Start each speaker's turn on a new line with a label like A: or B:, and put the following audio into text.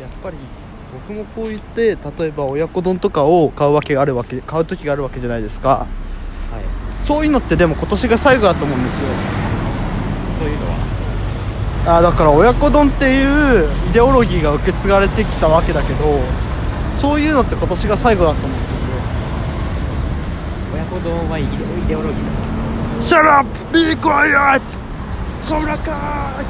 A: やっぱり僕もこう言って例えば親子丼とかを買うわけがあるわけ買う時があるわけじゃないですか
B: はい
A: そういうのってでも今年が最後だと思うんですよ
B: というのは
A: あーだから親子丼っていうイデオロギーが受け継がれてきたわけだけどそういうのって今年が最後だと思って
B: 親子丼はイデイデオロギーなんですか
A: 「Shut up! Be quiet! 小村かーい!」